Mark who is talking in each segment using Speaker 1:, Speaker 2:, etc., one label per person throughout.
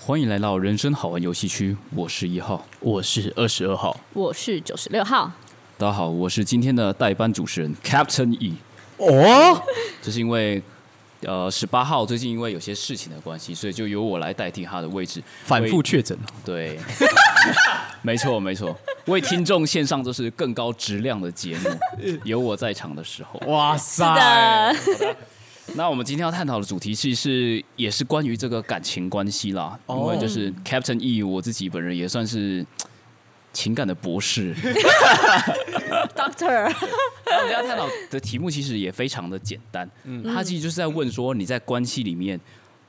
Speaker 1: 欢迎来到人生好玩游戏区，我是一号。
Speaker 2: 我是二十二号，
Speaker 3: 我是九十六号，
Speaker 1: 大家好，我是今天的代班主持人 Captain E。
Speaker 2: 哦，
Speaker 1: 这是因为呃十八号最近因为有些事情的关系，所以就由我来代替他的位置。
Speaker 2: 反复确诊，
Speaker 1: 对， 没错没错，为听众献上这是更高质量的节 目，有我在场的时候。
Speaker 2: 哇塞
Speaker 3: 的，
Speaker 1: 那我们今天要探讨的主题其实是也是关于这个感情关系啦，
Speaker 2: 哦
Speaker 1: 因为就是 Captain E 我自己本人也算是情感的博士，
Speaker 3: Doctor，
Speaker 1: 那我们要探讨的题目其实也非常的简单，嗯，他其实就是在问说你在关系里面，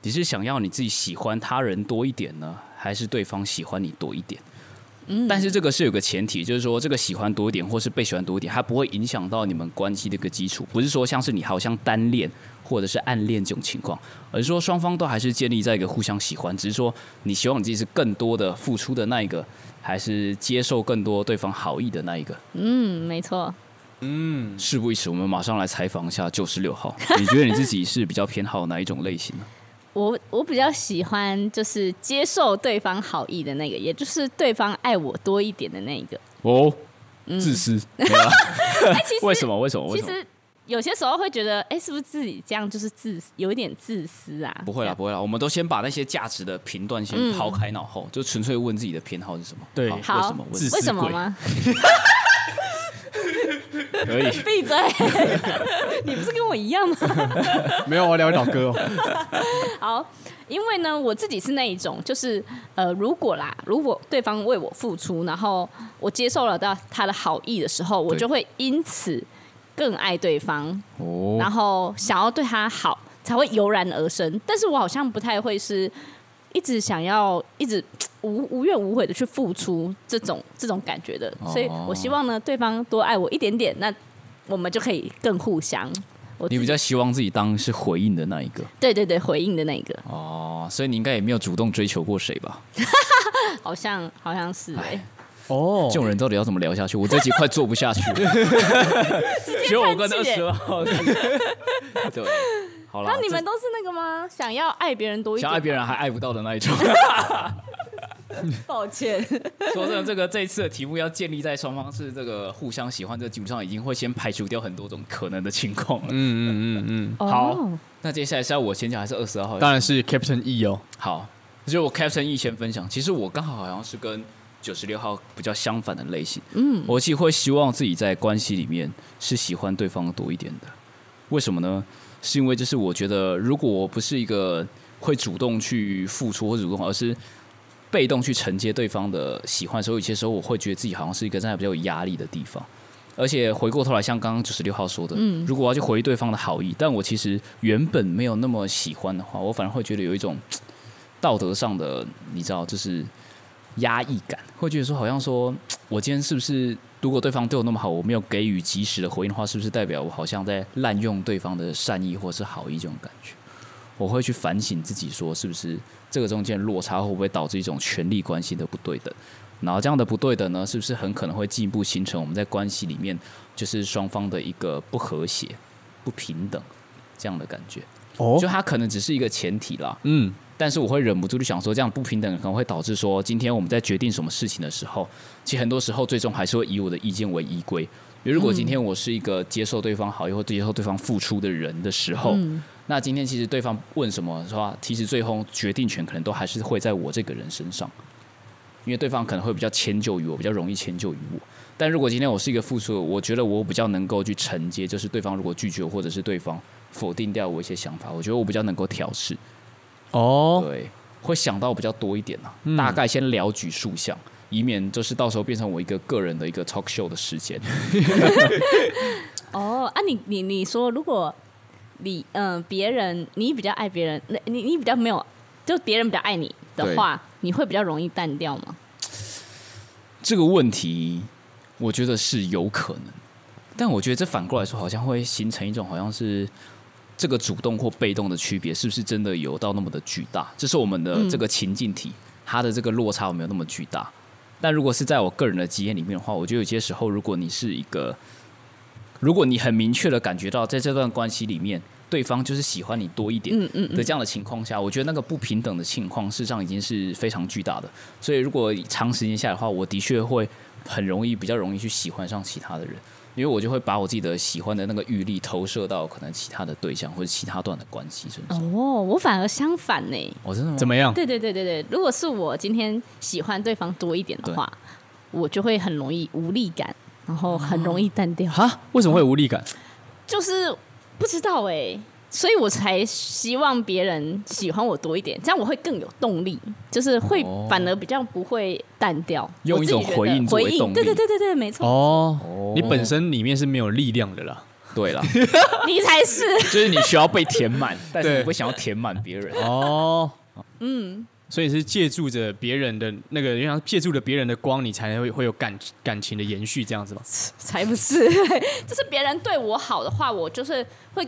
Speaker 1: 你是想要你自己喜欢他人多一点呢，还是对方喜欢你多一点？嗯，但是这个是有个前提，就是说这个喜欢多一点，或是被喜欢多一点，它不会影响到你们关系的一个基础，不是说像是你好像单恋或者是暗恋这种情况，而是说双方都还是建立在一个互相喜欢，只是说你希望你自己是更多的付出的那一个，还是接受更多对方好意的那一个？
Speaker 3: 嗯，没错，
Speaker 2: 嗯，
Speaker 1: 事不宜迟，我们马上来采访一下九十六号。你觉得你自己是比较偏好哪一种类型呢？
Speaker 3: 我我比较喜欢就是接受对方好意的那个，也就是对方爱我多一点的 那一个。
Speaker 1: 哦，自私， 没有啊
Speaker 3: 哎、其实
Speaker 1: 为什么？为什么？为
Speaker 3: 其
Speaker 1: 什么？
Speaker 3: 实有些时候会觉得，哎、是不是自己这样就是自私，有一点自私啊？
Speaker 1: 不会啦，
Speaker 3: 这样，
Speaker 1: 不会啦，我们都先把那些价值的评断先抛开脑后，就纯粹问自己的偏好是什么。
Speaker 2: 对
Speaker 1: 好为
Speaker 3: 嗯好，
Speaker 1: 什么？为
Speaker 2: 自
Speaker 1: 什
Speaker 2: 私
Speaker 3: 为什么
Speaker 2: 鬼
Speaker 3: 吗？
Speaker 1: 么可以？
Speaker 3: 闭嘴！ 你不是跟我一样吗？
Speaker 2: 没有啊，两位老哥哦，
Speaker 3: 好，因为呢，我自己是那一种，就是呃，如果啦，如果对方为我付出，然后我接受了到他的好意的时候，我
Speaker 1: 对
Speaker 3: 就会因此更爱对方，然
Speaker 1: 哦，
Speaker 3: 后想要对他好，才会油然而生。但是我好像不太会是一直想要一直无无怨无悔的去付出这种这种感觉的，所以我希望呢，对方多爱我一点点，那我们就可以更互相。我
Speaker 1: 你
Speaker 3: 自
Speaker 1: 比
Speaker 3: 己
Speaker 1: 较希望自己当是回应的那一个
Speaker 3: 对对对回应的那一个，
Speaker 1: 哦，所以你应该也没有主动追求过谁吧？
Speaker 3: 好像好像是哎、
Speaker 2: 哦
Speaker 1: 这种人到底要怎么聊下去？我这集快做不下去了，只有我跟二
Speaker 3: 叹气耶
Speaker 1: 十号 是。对，好了，
Speaker 3: 那你
Speaker 1: 这
Speaker 3: 们都是那个吗？想要爱别人多一点？
Speaker 1: 想爱别人还爱不到的那一 种。
Speaker 3: 抱歉，
Speaker 1: 说真的，这个这一次的题目要建立在双方是这个互相喜欢，这基本上已经会先排除掉很多种可能的情况了。
Speaker 2: 嗯嗯嗯
Speaker 1: 好，
Speaker 3: 哦
Speaker 1: 那接下来是要我先讲还是二十二号讲？
Speaker 2: 嗯，当然是 Captain E 哦，
Speaker 1: 好，就是我 Captain E 先分享。其实我刚好好像是跟九十六号比较相反的类型。嗯，我其实会希望自己在关系里面是喜欢对方多一点的。为什么呢？是因为就是我觉得，如果我不是一个会主动去付出或主动，而是被动去承接对方的喜欢的时候，有些时候我会觉得自己好像是一个站在比较有压力的地方。而且回过头来，像刚刚九十六号说的，如果我要去回对方的好意，但我其实原本没有那么喜欢的话，我反而会觉得有一种嘖道德上的，你知道，就是压抑感，会觉得说，好像说嘖我今天是不是，如果对方对我那么好，我没有给予及时的回应的话，是不是代表我好像在滥用对方的善意或是好意这种感觉？我会去反省自己，说是不是这个中间的落差会不会导致一种权力关系的不对等？然后这样的不对等呢，是不是很可能会进一步形成我们在关系里面就是双方的一个不和谐、不平等这样的感觉？
Speaker 2: 哦
Speaker 1: 就它可能只是一个前提啦，
Speaker 2: 嗯，
Speaker 1: 但是我会忍不住就想说，这样不平等可能会导致说，今天我们在决定什么事情的时候，其实很多时候最终还是会以我的意见为依归。因为如果今天我是一个接受对方好意或接受对方付出的人的时候，那今天其实对方问什么的话，其实最后决定权可能都还是会在我这个人身上，因为对方可能会比较迁就于我，比较容易迁就于我。但如果今天我是一个付出的，我觉得我比较能够去承接，就是对方如果拒绝我或者是对方否定掉我一些想法，我觉得我比较能够调试。
Speaker 2: 哦，
Speaker 1: 对，会想到比较多一点啊，大概先聊举数项，以免就是到时候变成我一个个人的一个 talk show 的时间。
Speaker 3: 哦啊，你你你说，如果你嗯、呃别人你比较爱别人，那你你比较没有，就别人比较爱你的话，你会比较容易淡掉吗？
Speaker 1: 这个问题，我觉得是有可能，但我觉得这反过来说，好像会形成一种好像是这个主动或被动的区别，是不是真的有到那么的巨大？这是我们的这个情境体，它的这个落差有没有那么巨大？但如果是在我个人的经验里面的话，我觉得有些时候，如果你是一个，如果你很明确的感觉到在这段关系里面，对方就是喜欢你多一点
Speaker 3: 嗯嗯
Speaker 1: 的这样的情况下，我觉得那个不平等的情况事实上已经是非常巨大的。所以如果长时间下来的话，我的确会很容易比较容易去喜欢上其他的人，因为我就会把我自己的喜欢的那个欲力投射到可能其他的对象或者其他段的关系身上。
Speaker 3: 哦，我反而相反呢。
Speaker 1: 哦，真的吗？
Speaker 2: 怎么样？
Speaker 3: 对对对对对，如果是我今天喜欢对方多一点的话，我就会很容易无力感，然后很容
Speaker 1: 哦
Speaker 3: 易淡掉。
Speaker 2: 哈？为什么会有无力感？
Speaker 3: 就是不知道哎、所以我才希望别人喜欢我多一点，这样我会更有动力，就是会
Speaker 1: 哦
Speaker 3: 反而比较不会淡掉。
Speaker 1: 用
Speaker 3: 我自己
Speaker 1: 一种
Speaker 3: 觉得
Speaker 1: 回应作为
Speaker 3: 回
Speaker 1: 动力
Speaker 3: 应，对对对对对，没错，
Speaker 2: 哦，你本身里面是没有力量的啦。
Speaker 1: 对了，
Speaker 3: 你才是。
Speaker 1: 就是你需要被填 满，但是你
Speaker 2: 对
Speaker 1: 不想要填满别人。
Speaker 2: 哦，嗯，所以是借助着别人的那个，就像借助着别人的光，你才会会有感感情的延续，这样子嘛。
Speaker 3: 才不是，就是别人对我好的话，我就是会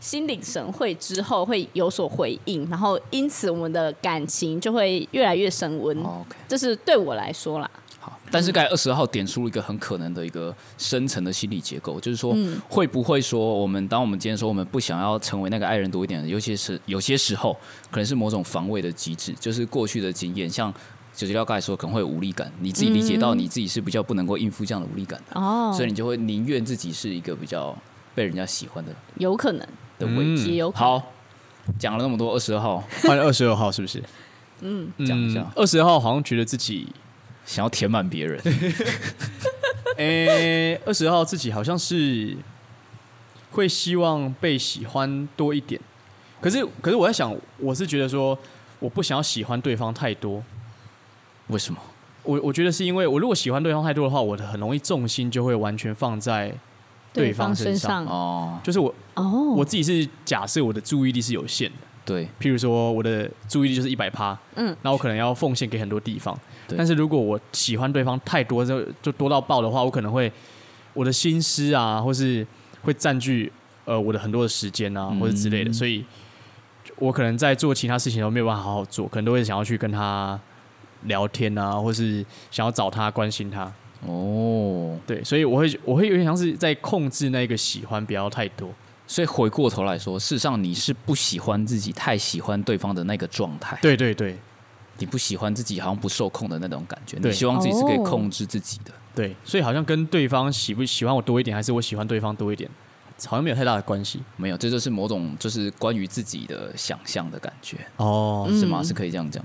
Speaker 3: 心领神会之后会有所回应，然后因此我们的感情就会越来越升温。
Speaker 1: 哦 OK，
Speaker 3: 这是对我来说啦，
Speaker 1: 好。但是刚才二十号点出了一个很可能的一个深层的心理结构，就是说
Speaker 3: 嗯
Speaker 1: 会不会说我们当我们今天说我们不想要成为那个爱人多一点的，尤其是有些时候可能是某种防卫的机制，就是过去的经验，像九九六刚才说可能会有无力感，你自己理解到你自己是比较不能够应付这样的无力感的，
Speaker 3: 嗯哦
Speaker 1: 所以你就会宁愿自己是一个比较被人家喜欢的
Speaker 3: 有可能，
Speaker 1: 的位置。
Speaker 3: 嗯也有可
Speaker 1: 嗯
Speaker 3: 能。
Speaker 1: 好，讲了那么多，二十号
Speaker 2: 换二十二号是不是？嗯
Speaker 1: 讲一下
Speaker 2: 二十号好像觉得自己，
Speaker 1: 想要填满别人，
Speaker 2: 诶、二十号自己好像是会希望被喜欢多一点。可是，可是我在想，我是觉得说，我不想要喜欢对方太多。
Speaker 1: 为什么？
Speaker 2: 我我觉得是因为我如果喜欢对方太多的话，我的很容易重心就会完全放在对方
Speaker 3: 方
Speaker 2: 身
Speaker 3: 身
Speaker 2: 上
Speaker 1: 哦，
Speaker 2: 就是我
Speaker 3: 哦，
Speaker 2: 我自己是假设我的注意力是有限的，
Speaker 1: 对，
Speaker 2: 譬如说我的注意力就是一百趴，
Speaker 3: 嗯
Speaker 2: 那我可能要奉献给很多地方。
Speaker 1: 对
Speaker 2: 但是如果我喜欢对方太多，就就多到爆的话，我可能会我的心思啊，或是会占据呃我的很多的时间啊，
Speaker 1: 嗯
Speaker 2: 或者之类的，所以我可能在做其他事情都没有办法好好做，可能都会想要去跟他聊天啊，或是想要找他关心他。
Speaker 1: 哦，
Speaker 2: 对，所以我会我会有点像是在控制那个喜欢不要太多。
Speaker 1: 所以回过头来说，事实上你是不喜欢自己太喜欢对方的那个状态，
Speaker 2: 对对对
Speaker 1: 你不喜欢自己好像不受控的那种感觉，你
Speaker 2: 对
Speaker 1: 希望自己是可以
Speaker 3: 哦
Speaker 1: 控制自己的。
Speaker 2: 对，所以好像跟对方喜不喜欢我多一点，还是我喜欢对方多一点，好像没有太大的关系
Speaker 1: 没有，这就是某种就是关于自己的想象的感觉，
Speaker 2: 哦
Speaker 1: 是吗？
Speaker 3: 嗯
Speaker 1: 是可以这样讲？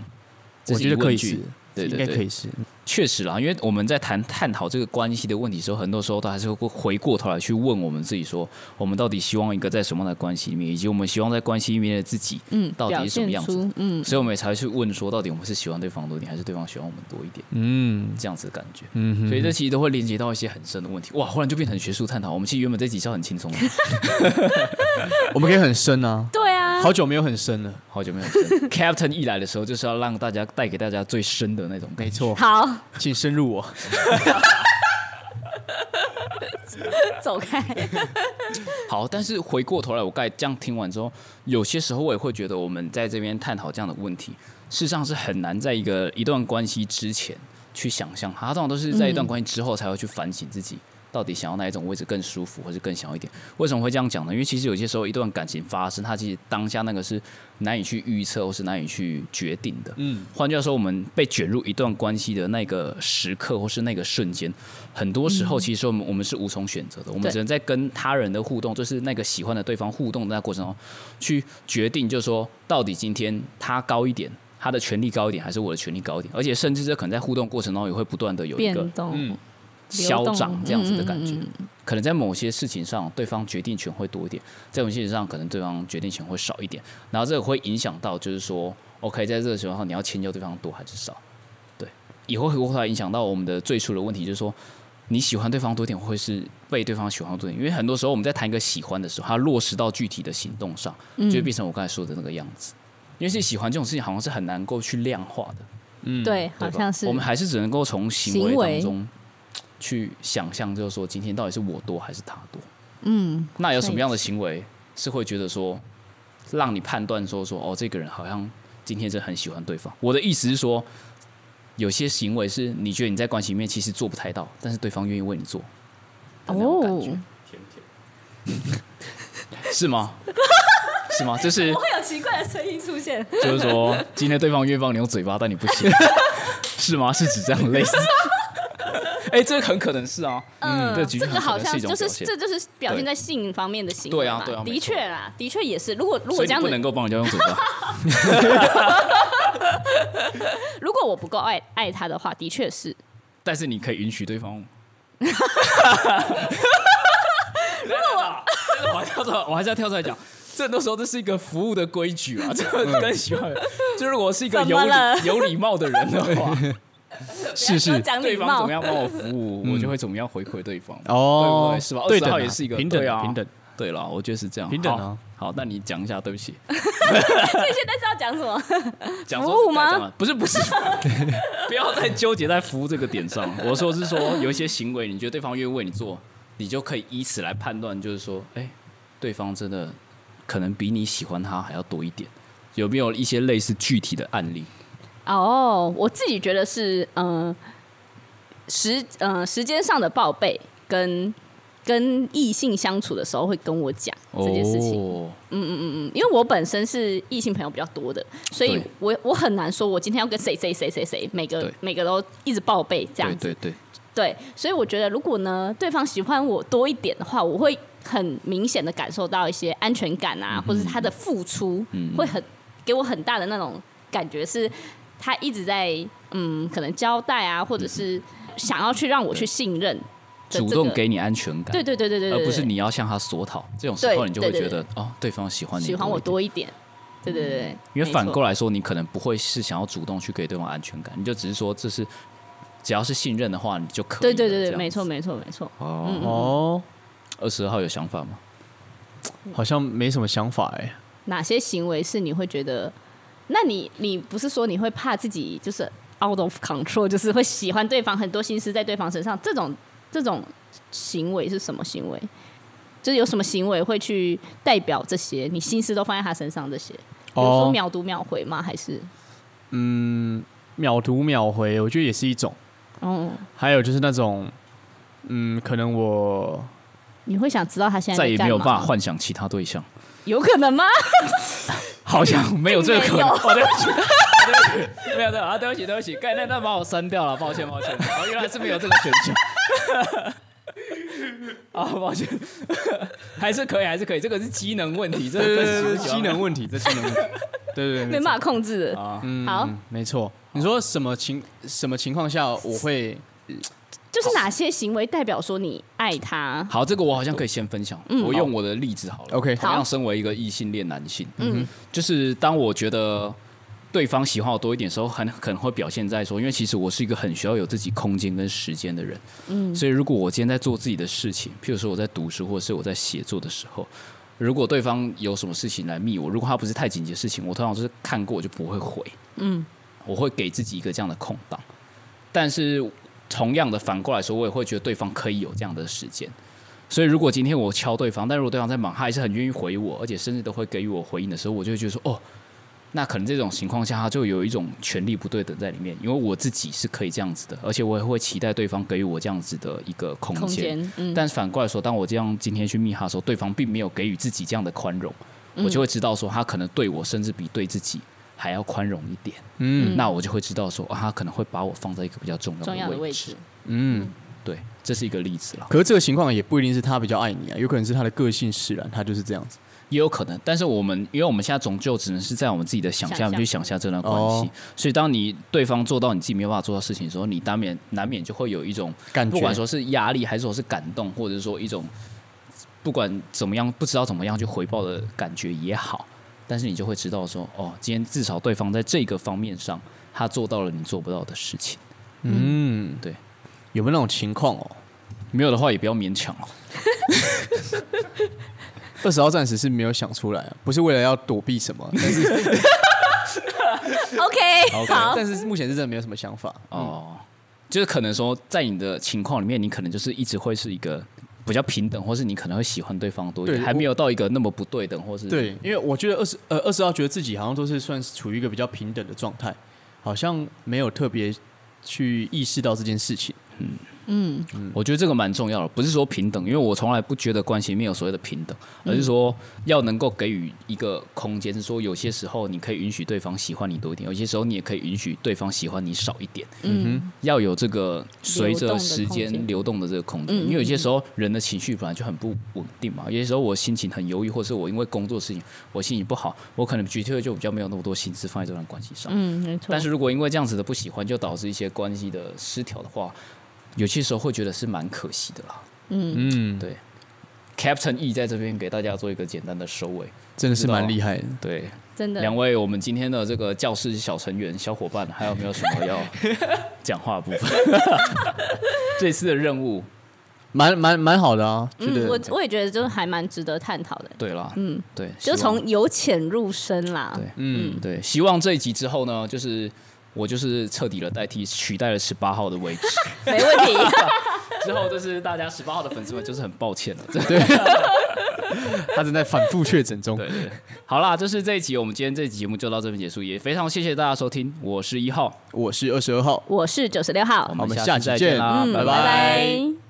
Speaker 1: 这
Speaker 2: 我
Speaker 1: 是
Speaker 2: 觉得
Speaker 1: 疑问
Speaker 2: 可以
Speaker 1: 句
Speaker 2: 是，
Speaker 1: 对
Speaker 2: 应
Speaker 1: 对
Speaker 2: 该
Speaker 1: 对
Speaker 2: 可以是。
Speaker 1: 确实啦，因为我们在谈探讨这个关系的问题的时候，很多时候都还是会回过头来去问我们自己说，我们到底希望一个在什么样的关系里面，以及我们希望在关系里面的自己，
Speaker 3: 嗯，
Speaker 1: 到底
Speaker 3: 表
Speaker 1: 是什么
Speaker 3: 现
Speaker 1: 样子
Speaker 3: 出嗯，
Speaker 1: 所以我们也才会去问说，到底我们是喜欢对方多一点，还是对方喜欢我们多一点，
Speaker 2: 嗯
Speaker 1: 这样子的感觉。
Speaker 2: 嗯哼，
Speaker 1: 所以这其实都会连接到一些很深的问题。哇，忽然就变成学术探讨。我们其实原本这几校很轻松的，
Speaker 2: 我们可以很深啊，
Speaker 3: 对啊，
Speaker 2: 好久没有很深了。
Speaker 1: 好久没有深。Captain 一来的时候，就是要让大家带给大家最深的那种感
Speaker 2: 没
Speaker 1: 觉。
Speaker 2: 错，
Speaker 3: 好
Speaker 2: 请深入我。
Speaker 3: 走 开，
Speaker 1: 好，但是回过头来，我刚才这样听完之后，有些时候我也会觉得，我们在这边探讨这样的问题，事实上是很难在一个一段关系之前去想象，它通常都是在一段关系之后才会去反省自己。到底想要哪一种位置更舒服，或是更想要一点？为什么会这样讲呢？因为其实有些时候，一段感情发生，它其实当下那个是难以去预测，或是难以去决定的。
Speaker 2: 嗯，
Speaker 1: 换句话说，我们被卷入一段关系的那个时刻或是那个瞬间，很多时候其实我们我们是无从选择的，我们
Speaker 3: 嗯对
Speaker 1: 只能在跟他人的互动，就是那个喜欢的对方互动的那过程中，去决定，就是说到底今天他高一点，他的权利高一点，还是我的权利高一点？而且甚至这可能在互动过程中也会不断的有一
Speaker 3: 变
Speaker 1: 个
Speaker 3: 动，
Speaker 2: 嗯
Speaker 1: 消长这样子的感觉
Speaker 3: 嗯嗯嗯。
Speaker 1: 可能在某些事情上，对方决定权会多一点；在某些事情上，可能对方决定权会少一点。然后这个会影响到，就是说，OK，在这个时候你要迁就对方多还是少？对，也会回过头来影响到我们的最初的问题，就是说，你喜欢对方多一点，会是被对方喜欢多一点？因为很多时候我们在谈一个喜欢的时候，它落实到具体的行动上，
Speaker 3: 嗯
Speaker 1: 就会变成我刚才说的那个样子。因为是喜欢这种事情，好像是很难够去量化的。
Speaker 3: 嗯对，
Speaker 1: 对
Speaker 3: 好
Speaker 1: 吧
Speaker 3: 像是
Speaker 1: 我们还是只能够从行为
Speaker 3: 行为
Speaker 1: 当中去想象，就是说今天到底是我多还是他多？
Speaker 3: 嗯，
Speaker 1: 那有什么样的行为是会觉得说让你判断说说哦，这个人好像今天真的很喜欢对方？我的意思是说，有些行为是你觉得你在关系里面其实做不太到，但是对方愿意为你做的那种感觉，
Speaker 3: 哦，
Speaker 1: 是吗？ 是吗？就是
Speaker 3: 不会有奇怪的声音出现。
Speaker 1: 就是说，今天对方越棒，你用嘴巴，但你不行， 是吗？是指这样类似？ 哎、这个很可能是啊，嗯，这
Speaker 3: 这
Speaker 1: 举动
Speaker 3: 个
Speaker 1: 可
Speaker 3: 好
Speaker 1: 能
Speaker 3: 像
Speaker 1: 一种
Speaker 3: 就
Speaker 1: 表
Speaker 3: 是
Speaker 1: 现
Speaker 3: 这就是表现
Speaker 1: 对
Speaker 3: 在性方面的行为
Speaker 1: 对啊
Speaker 3: 嘛
Speaker 1: 对啊没
Speaker 3: 的确
Speaker 1: 错
Speaker 3: 啦，的确也是。如果如
Speaker 1: 所
Speaker 3: 果
Speaker 1: 以你
Speaker 3: 这样
Speaker 1: 不能
Speaker 3: 子，
Speaker 1: 够帮人家用嘴巴，
Speaker 3: 如果我不够爱爱他的话，的确是。
Speaker 1: 但是你可以允许对 方。如果我，我还是要跳出来，我还是要跳出来讲，这很多时候这是一个服务的规矩啊，这个更喜欢。就是我是一个
Speaker 3: 怎
Speaker 1: 有
Speaker 3: 么了
Speaker 1: 礼有礼貌的人的话，
Speaker 2: 是
Speaker 3: 不要
Speaker 2: 是
Speaker 3: 讲
Speaker 1: 对
Speaker 3: 礼
Speaker 1: 方怎
Speaker 3: 貌
Speaker 1: 么，样帮我服务，我就会怎么样回馈对方。
Speaker 2: 哦
Speaker 1: 对不对是吧？
Speaker 2: 对
Speaker 1: 20
Speaker 2: 等
Speaker 1: 号
Speaker 2: 啊
Speaker 1: 也是一个
Speaker 2: 平等
Speaker 1: 对啊，
Speaker 2: 平等。
Speaker 1: 对了，我觉得是这样，
Speaker 2: 平等啊
Speaker 1: 好。好，那你讲一下，对不起，
Speaker 3: 所以现在是要讲什么？
Speaker 1: 讲
Speaker 3: 服
Speaker 1: 说
Speaker 3: 务吗
Speaker 1: 该讲了？不是不是，不要再纠结在服务这个点上。我说是说，有一些行为，你觉得对方愿意为你做，你就可以以此来判断，就是说，哎、对方真的可能比你喜欢他还要多一点。有没有一些类似具体的案例？
Speaker 3: 哦，我自己觉得是，嗯、时，嗯、时间上的报备跟跟异性相处的时候会跟我讲这件事情。
Speaker 1: 哦，
Speaker 3: 嗯，因为我本身是异性朋友比较多的，所以
Speaker 1: 对
Speaker 3: 我我很难说我今天要跟谁谁谁谁谁每个
Speaker 1: 对
Speaker 3: 每个都一直报备这样
Speaker 1: 对
Speaker 3: 子。
Speaker 1: 对对，
Speaker 3: 对，所以我觉得如果呢对方喜欢我多一点的话，我会很明显的感受到一些安全感啊，或者是他的付出、
Speaker 1: 嗯
Speaker 3: 会很给我很大的那种感觉，是他一直在嗯可能交代啊，或者
Speaker 1: 嗯
Speaker 3: 是想要去让我去信任的这个、
Speaker 1: 主动给你安全感，
Speaker 3: 对对对对对，对
Speaker 1: 而不是你要向他索讨。这种时候，
Speaker 3: 对
Speaker 1: 你就会
Speaker 3: 对
Speaker 1: 觉
Speaker 3: 对
Speaker 1: 得哦，对方喜欢你，
Speaker 3: 喜欢我。多一点，对对对对，
Speaker 1: 嗯因为反过
Speaker 3: 来
Speaker 1: 来说，你可能不会是想要主动去给对方安全感，你就只是说这是只要是信任的话，你就可以
Speaker 3: 对
Speaker 1: 了。
Speaker 3: 对对
Speaker 1: 这
Speaker 3: 对，
Speaker 1: 样
Speaker 3: 没错。没错没错，嗯
Speaker 1: 哦，
Speaker 2: 哦，
Speaker 1: 二十号有想法吗？
Speaker 2: 好像没什么想法哎。
Speaker 3: 哪些行为是你会觉得？那你你不是说你会怕自己就是 out of control，就是会喜欢对方很多心思在对方身上？这种这种行为是什么行为？就是有什么行为会去代表这些？你心思都放在他身上这些？比如说
Speaker 2: 哦，
Speaker 3: 秒读秒回吗？还是
Speaker 2: 嗯，秒读秒回，我觉得也是一种。
Speaker 3: 嗯，
Speaker 2: 还有就是那种，嗯，可能我
Speaker 3: 你会想知道他现在
Speaker 1: 再
Speaker 3: 在
Speaker 1: 也
Speaker 3: 干
Speaker 1: 没有办法
Speaker 3: 嘛？
Speaker 1: 幻想其他对象，
Speaker 3: 有可能吗？
Speaker 1: 好像没有这个可能。
Speaker 3: 没有
Speaker 1: 哦，对不起，对不起，没有对啊，对不起，对不起，该那那把我删掉了，抱歉，抱歉。哦，原来是没有这个选项。 啊，抱歉， 还是可以，还是可以，这个是机能问题，这
Speaker 2: 对
Speaker 1: 个
Speaker 2: 对
Speaker 1: 是
Speaker 2: 对，机能 问题，这机能问题，对对对，
Speaker 3: 没办法控制的，
Speaker 1: 啊，
Speaker 2: 嗯
Speaker 3: 好，
Speaker 2: 没错。你说什么情什么情况下我会
Speaker 3: 就是哪些行为代表说你爱他？
Speaker 1: 好，这个我好像可以先分享。我用我的例子嗯好了。
Speaker 2: OK
Speaker 1: 同
Speaker 3: 好
Speaker 1: 样身为一个异性恋男性，嗯，就是当我觉得对方喜欢我多一点的时候，很可能会表现在说，因为其实我是一个很需要有自己空间跟时间的人，嗯，所以如果我今天在做自己的事情，譬如说我在读书或者是我在写作的时候。如果对方有什么事情来密我，如果他不是太紧急的事情，我通常就是看过我就不会回，
Speaker 3: 嗯，
Speaker 1: 我会给自己一个这样的空档。但是同样的反过来说，我也会觉得对方可以有这样的时间。所以如果今天我敲对方，但如果对方在忙，他还是很愿意回我，而且甚至都会给予我回应的时候，我就会觉得说，哦，那可能这种情况下，他就有一种权力不对等在里面，因为我自己是可以这样子的，而且我也会期待对方给予我这样子的一个空
Speaker 3: 空
Speaker 1: 间。
Speaker 3: 间，嗯，
Speaker 1: 但是反过来说，当我这样今天去密他的时候，对方并没有给予自己这样的宽容，我就会知道说他可能对我甚至比对自己还要宽容一点。
Speaker 2: 嗯
Speaker 3: 嗯
Speaker 1: 那我就会知道说啊，他可能会把我放在一个比较重
Speaker 3: 重要
Speaker 1: 要
Speaker 3: 的
Speaker 1: 的
Speaker 3: 位
Speaker 1: 位
Speaker 3: 置
Speaker 1: 置。。
Speaker 2: 嗯？
Speaker 1: 对，这是一个例子啦，
Speaker 2: 可是这个情况也不一定是他比较爱你啊，有可能是他的个性使然，他就是这样子。
Speaker 1: 也有可能。但是我们因为我们现在终究只能是在我们自己的想
Speaker 3: 想
Speaker 1: 象
Speaker 3: 象
Speaker 1: 去想象这段关系，
Speaker 2: 哦
Speaker 1: 所以当你对方做到你自己没有办法做到的事情的时候，你难免难免就会有一种
Speaker 2: 感觉
Speaker 1: 不管说是压力，还是说是感动，或者说一种不管怎么样不知道怎么样去回报的感觉也好，但是你就会知道说，哦，今天至少对方在这个方面上，他做到了你做不到的事情。
Speaker 2: 嗯，
Speaker 1: 对，
Speaker 2: 有没有那种情况哦？
Speaker 1: 没有的话也不要勉强哦。
Speaker 2: 二十号暂时是没有想出来啊，不是为了要躲避 什么，但是
Speaker 3: OK，好，
Speaker 2: 但是目前是真的没有什么想法。
Speaker 1: 哦，就是可能说，在你的情况里面，你可能就是一直会是一个比较平等，或是你可能会喜欢对方多一点，
Speaker 2: 对
Speaker 1: 还没有到一个那么不对等，或是
Speaker 2: 对，因为我觉得二十呃二十号觉得自己好像都是算是处于一个比较平等的状态，好像没有特别去意识到这件事情。嗯，
Speaker 1: 嗯，我觉得这个蛮重要的，不是说平等，因为我从来不觉得关系里面有所谓的平等，而是说要能够给予一个空间，是说有些时候你可以允许对方喜欢你多一点，有些时候你也可以允许对方喜欢你少一点。
Speaker 3: 嗯，
Speaker 1: 要有这个随着时
Speaker 3: 流动的空间
Speaker 1: 间流动的这个空间，
Speaker 3: 嗯
Speaker 1: 因为有些时候人的情绪本来就很不稳定嘛，有些时候我心情很忧郁，或是我因为工作事情我心情不好，我可能绝对就比较没有那么多心思放在这段关系上。
Speaker 3: 嗯，没错。
Speaker 1: 但是如果因为这样子的不喜欢，就导致一些关系的失调的话，有些时候会觉得是蛮可惜的啦。
Speaker 2: 嗯，
Speaker 1: 对，Captain E 在这边给大家做一个简单的收尾。
Speaker 2: 真的是蛮厉害的。
Speaker 1: 对，
Speaker 3: 真的，
Speaker 1: 两位我们今天的这个教室小成员小伙伴，还有没有什么要讲话的部分？这次的任务，
Speaker 2: 蛮蛮蛮好的啊，觉
Speaker 3: 嗯，
Speaker 2: 得
Speaker 3: 我我也觉得就是还蛮值得探讨的，
Speaker 1: 对啦，嗯，对，
Speaker 3: 就
Speaker 1: 希望
Speaker 3: 从由浅入深啦。
Speaker 1: 对
Speaker 2: 嗯
Speaker 1: 对，希望这一集之后呢，就是我就是彻底的代替取代了十八号的位置，
Speaker 3: 没问题。
Speaker 1: 之后就是大家十八号的粉丝们就是很抱歉了，
Speaker 2: 对，他正在反复确诊 中。
Speaker 1: 对对，对好啦，就是这一集，我们今天这一集节目就到这边结束，也非常谢谢大家收听，我是一号，
Speaker 2: 我是二十二号，
Speaker 3: 我是九十六号，
Speaker 1: 我
Speaker 2: 好我
Speaker 1: 们
Speaker 2: 们
Speaker 1: 下
Speaker 2: 下
Speaker 1: 次
Speaker 2: 期
Speaker 1: 再见
Speaker 2: 见
Speaker 1: 啦，
Speaker 3: 嗯，
Speaker 2: 拜
Speaker 3: 拜。